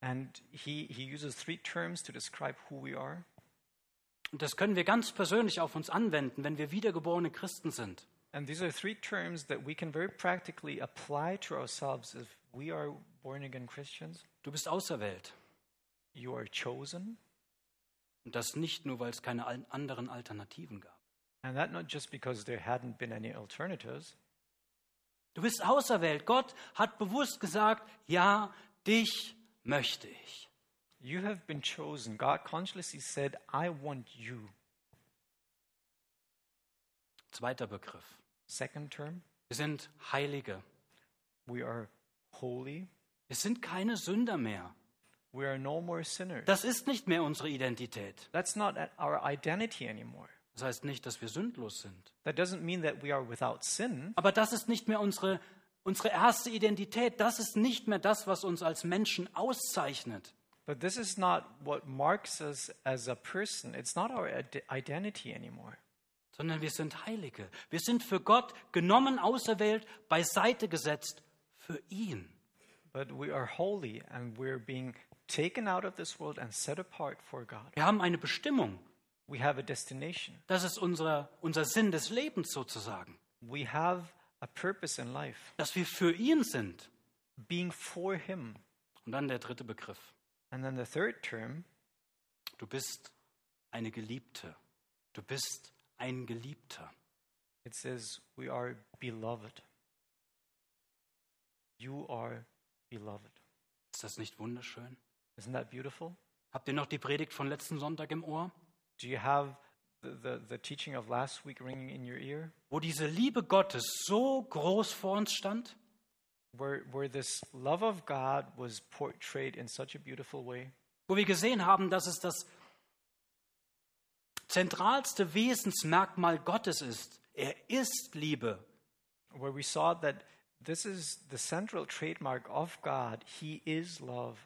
And he, he uses three terms to describe who we are. Und das können wir ganz persönlich auf uns anwenden, wenn wir wiedergeborene Christen sind. And these are three terms that we can very practically apply to ourselves if we are born again Christians. Du bist auserwählt. You are chosen. Und das nicht nur, weil es keine al- anderen Alternativen gab. And that not just because there hadn't been any alternatives, Du bist auserwählt. Gott hat bewusst gesagt, ja, dich möchte ich. You have been chosen. God consciously said, I want you. Zweiter Begriff. Second term, Wir sind Heilige. we are holy. Wir sind keine Sünder mehr. We are no more sinners. Das ist nicht mehr unsere Identität. That's not at our identity anymore. Das heißt nicht, dass wir sündlos sind. That doesn't mean that we are without sin, Aber das ist nicht mehr unsere, unsere erste Identität. Das ist nicht mehr das, was uns als Menschen auszeichnet. but this is not what marks us as a person. It's not our ad- identity anymore. sondern wir sind Heilige. Wir sind für Gott genommen, auserwählt, beiseite gesetzt für ihn. But we are holy and we're being taken out of this world and set apart for God. Wir haben eine Bestimmung. We have a destination, Das ist unser, unser Sinn des Lebens sozusagen, we have a purpose in life, dass wir für ihn sind. being for Him. Und dann der dritte Begriff. And then the third term, Du bist eine Geliebte. Du bist ein Geliebter. It says, We are beloved. You are beloved. Ist das nicht wunderschön? Isn't that beautiful? Habt ihr noch die Predigt von letzten Sonntag im Ohr? Do you have the, the, the teaching of last week ringing in your ear? Wo diese Liebe Gottes so groß vor uns stand? Where, where this love of God was portrayed in such a beautiful way? wo wir gesehen haben, dass es das zentralste Wesensmerkmal Gottes ist. Er ist Liebe. where we saw that this is the central trademark of God. He is love.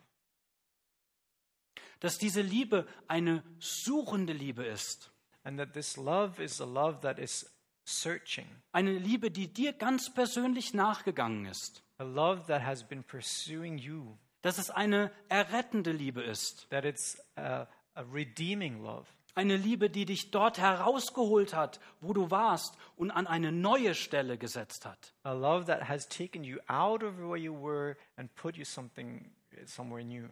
Dass diese Liebe eine suchende Liebe ist. And that this love is a love that is searching, Eine Liebe, die dir ganz persönlich nachgegangen ist. a love that has been pursuing you, Dass es eine errettende Liebe ist. that it's a, a redeeming love, Eine Liebe, die dich dort herausgeholt hat, wo du warst und an eine neue Stelle gesetzt hat. a love that has taken you out of where you were and put you something somewhere new.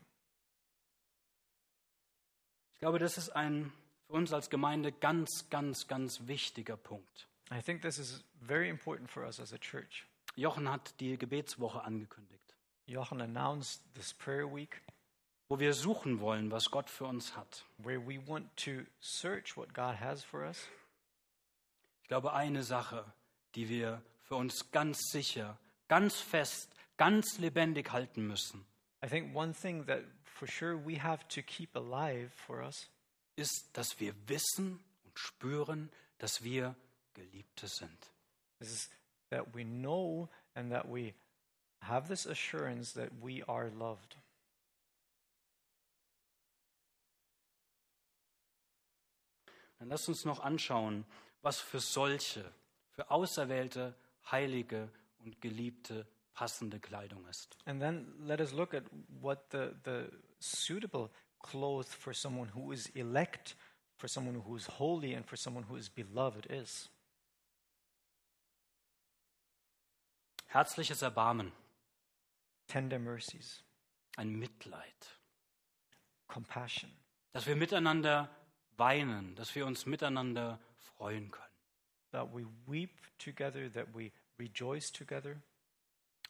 Ich glaube, das ist ein für uns als Gemeinde ganz, ganz, ganz wichtiger Punkt. I think this is very important for us as a church. Jochen hat die Gebetswoche angekündigt, Jochen announced this prayer week wo wir suchen wollen, was Gott für uns hat. where we want to search what God has for us. Ich glaube, eine Sache, die wir für uns ganz sicher, ganz fest, ganz lebendig halten müssen, I think one thing that for sure we have to keep alive for us ist, dass wir wissen und spüren, dass wir Geliebte sind. is that we know and that we have this assurance that we are loved. Dann lasst uns noch anschauen, was für solche, für auserwählte, heilige und geliebte passende Kleidung ist. And then let us look at what the, the suitable clothes for someone who is elect, for someone who is holy, and for someone who is beloved is. Herzliches Erbarmen, Tender mercies, ein Mitleid, compassion, dass wir miteinander weinen, dass wir uns miteinander freuen können. that we weep together, that we rejoice together,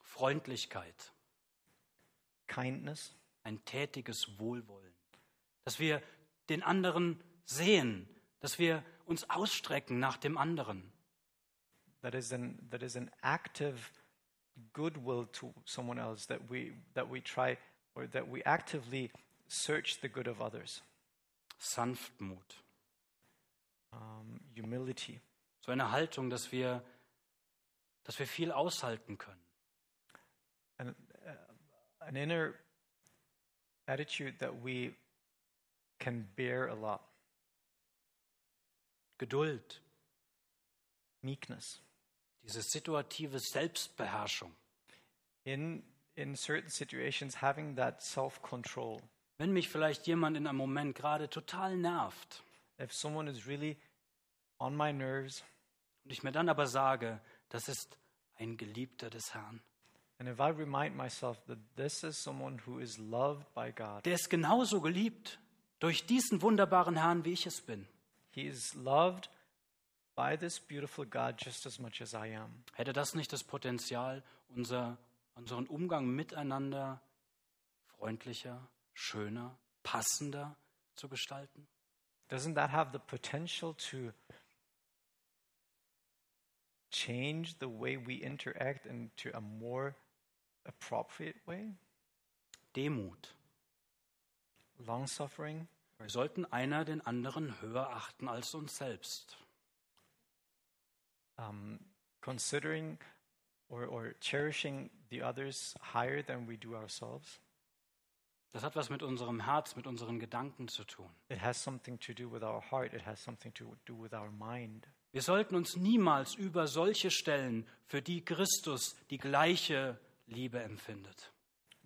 Freundlichkeit, kindness, ein tätiges Wohlwollen, dass wir den anderen sehen, dass wir uns ausstrecken nach dem anderen, that is an that is an active goodwill to someone else that we that we try or that we actively search the good of others Sanftmut, um, humility so eine Haltung, dass wir, dass wir viel aushalten können, and uh, an inner attitude that we can bear a lot Geduld, meekness diese situative Selbstbeherrschung. in in certain situations having that self-control Wenn mich vielleicht jemand in einem Moment gerade total nervt if someone is really on my nerves und ich mir dann aber sage, das ist ein Geliebter des Herrn, and if i remind myself that this is someone who is loved by god der ist genauso geliebt durch diesen wunderbaren Herrn, wie ich es bin, He is loved by this beautiful God just as much as I am. Hätte das nicht das Potenzial, unser, unseren Umgang miteinander freundlicher, schöner, passender zu gestalten? Doesn't that have the potential to change the way we interact into a more appropriate way? Demut. Long suffering. Wir sollten einer den anderen höher achten als uns selbst. Um, considering or, or cherishing the others higher than we do ourselves. Das hat was mit unserem Herz, mit unseren Gedanken zu tun. It has something to do with our heart, it has something to do with our mind. Wir sollten uns niemals über solche stellen, für die Christus die gleiche Liebe empfindet.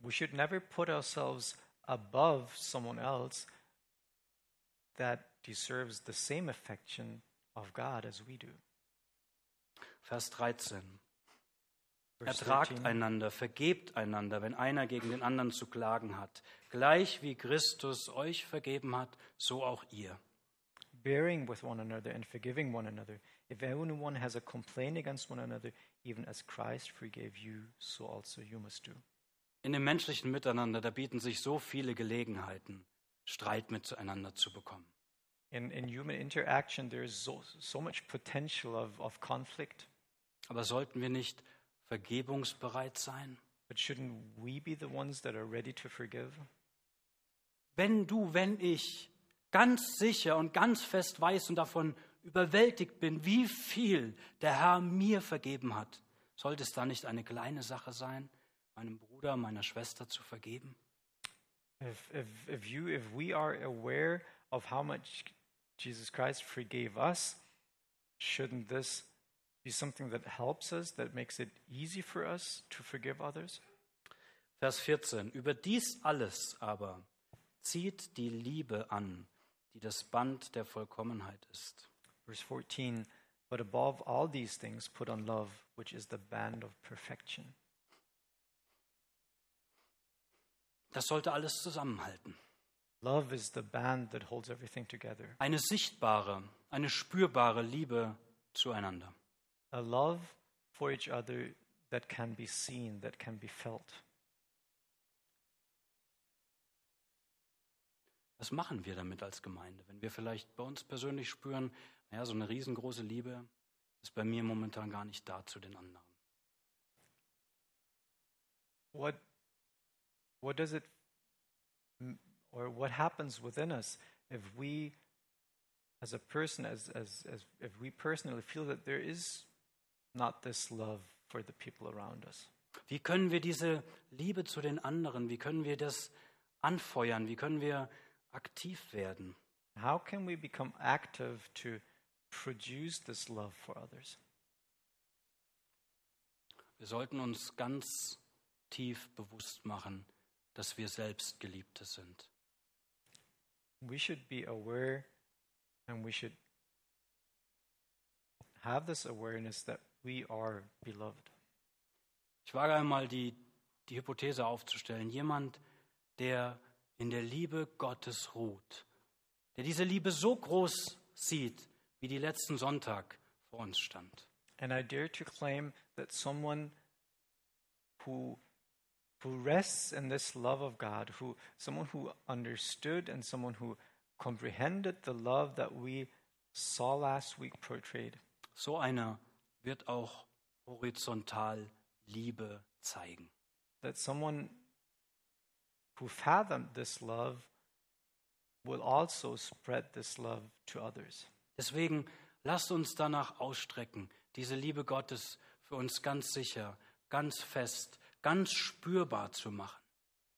we should never put ourselves above someone else that deserves the same affection of God as we do. Vers 13. Verse Ertragt 13, einander, vergebt einander, wenn einer gegen den anderen zu klagen hat. Gleich wie Christus euch vergeben hat, so auch ihr. bearing with one another and forgiving one another. If anyone has a complaint against one another, even as Christ forgave you, so also you must do. In dem menschlichen Miteinander, da bieten sich so viele Gelegenheiten, Streit miteinander zu bekommen. In, in human interaction, there is so, so much potential of, of conflict, Aber sollten wir nicht vergebungsbereit sein? but shouldn't we be the ones that are ready to forgive? Wenn du, wenn ich ganz sicher und ganz fest weiß und davon überwältigt bin, wie viel der Herr mir vergeben hat, sollte es da nicht eine kleine Sache sein, meinem Bruder, meiner Schwester zu vergeben? If, if, if you, if we are aware of how much Jesus Christ forgave us, shouldn't this be something that helps us, that makes it easy for us to forgive others? Vers 14. Über dies alles aber zieht die Liebe an, die das Band der Vollkommenheit ist. Verse 14, but above all these things, put on love, which is the band of perfection. Das sollte alles zusammenhalten. Love is the band that holds everything together. Eine sichtbare, eine spürbare Liebe zueinander. A love for each other that can be seen, that can be felt. Was machen wir damit als Gemeinde, wenn wir vielleicht bei uns persönlich spüren, naja, so eine riesengroße Liebe ist bei mir momentan gar nicht da zu den anderen. What, what does it, m- or what happens within us if we, as a person, as, as, as if we personally feel that there is not this love for the people around us? Wie können wir diese Liebe zu den anderen, wie können wir das anfeuern, wie können wir aktiv werden? How can we become active to produce this love for others? Wir sollten uns ganz tief bewusst machen, dass wir selbst Geliebte sind. we should be aware and we should have this awareness that we are beloved. Ich wage einmal die, die Hypothese aufzustellen, jemand, der in der Liebe Gottes ruht, der diese Liebe so groß sieht, wie die letzten Sonntag vor uns stand. And I dare to claim that someone who who rests in this love of God, who someone who understood and someone who comprehended the love that we saw last week portrayed, So einer wird auch horizontal Liebe zeigen. that someone who fathomed this love will also spread this love to others. Deswegen lasst uns danach ausstrecken, diese Liebe Gottes für uns ganz sicher, ganz fest, ganz spürbar zu machen.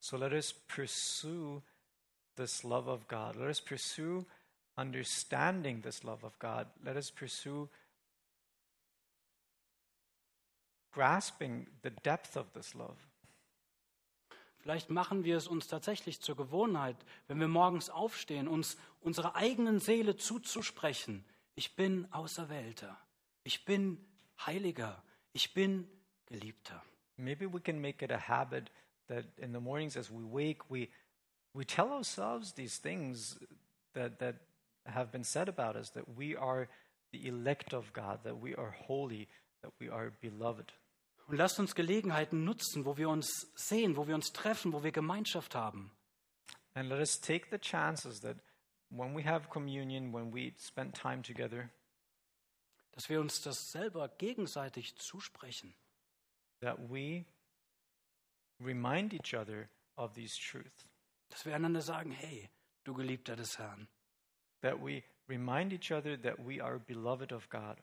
So let us pursue this love of God. Let us pursue understanding this love of God. Let us pursue grasping the depth of this love. Vielleicht machen wir es uns tatsächlich zur Gewohnheit, wenn wir morgens aufstehen, uns unserer eigenen Seele zuzusprechen. Ich bin Auserwählter. Ich bin Heiliger. Ich bin Geliebter. Maybe we can make it a habit that in the mornings as we wake, we, we tell ourselves these things that, that have been said about us that we are the elect of God, that we are holy, that we are beloved. Und lasst uns Gelegenheiten nutzen, wo wir uns sehen, wo wir uns treffen, wo wir Gemeinschaft haben. And let us take the chances that when we have communion, when we spend time together, Dass wir uns das selber gegenseitig zusprechen. that we remind each other of these truths, Dass wir einander sagen, hey, du Geliebter des Herrn. that we remind each other that we are beloved of God.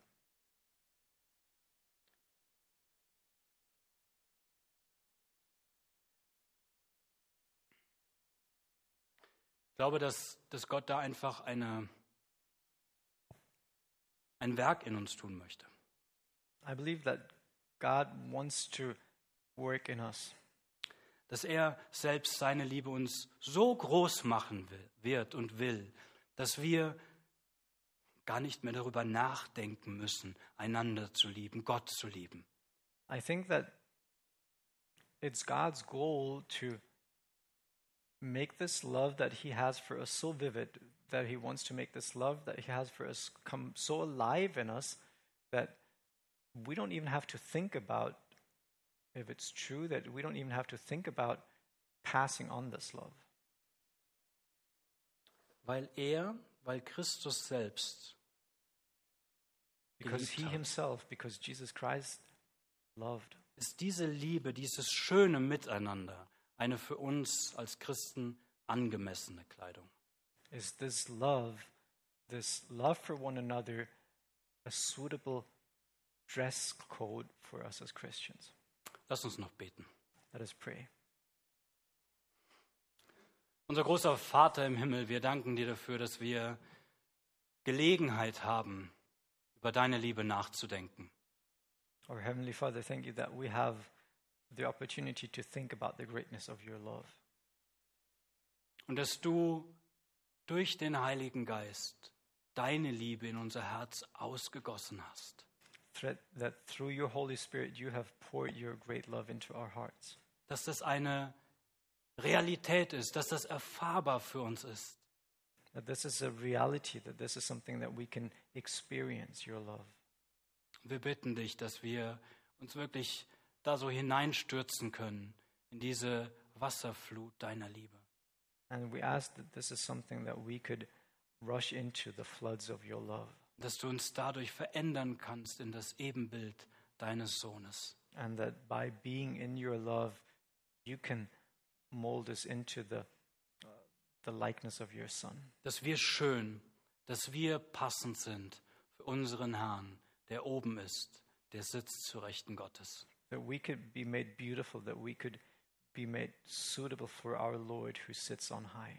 Ich glaube, dass, dass Gott da einfach eine, ein Werk in uns tun möchte. I believe that God wants to work in us, Dass er selbst seine Liebe uns so groß machen will, wird und will, dass wir gar nicht mehr darüber nachdenken müssen, einander zu lieben, Gott zu lieben. I think that it's God's goal to make this love that He has for us so vivid, that He wants to make this love that He has for us come so alive in us that we don't even have to think about if it's true, that we don't even have to think about passing on this love. Weil er, weil Christus selbst, Because He Geliebt hat. Himself, because Jesus Christ loved. ist diese Liebe, dieses schöne Miteinander eine für uns als Christen angemessene Kleidung. Is this love, this love for one another, a suitable dress code for us as Christians? Lass uns noch beten. Let us pray. Unser großer Vater im Himmel, wir danken dir dafür, dass wir Gelegenheit haben, über deine Liebe nachzudenken. Our Heavenly Father, thank you that we have the opportunity to think about the greatness of your love Und dass du durch den Heiligen Geist deine Liebe in unser Herz ausgegossen hast. threat that through your Holy Spirit you have poured your great love into our hearts. Dass das eine Realität ist, dass das erfahrbar für uns ist. That this is a reality, that this is something that we can experience your love. Wir bitten dich, dass wir uns wirklich da so hineinstürzen können in diese Wasserflut deiner Liebe. And we ask that this is something that we could rush into the floods of your love Dass du uns dadurch verändern kannst in das Ebenbild deines Sohnes. and that by being in your love you can mold us into the uh, the likeness of your son. Dass wir schön, dass wir passend sind für unseren Herrn, der oben ist, der sitzt zu Rechten Gottes. That we could be made beautiful, that we could be made suitable for our Lord who sits on high.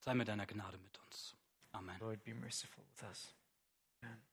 Sei mit deiner Gnade mit uns. Amen. Lord, be merciful with us. Amen.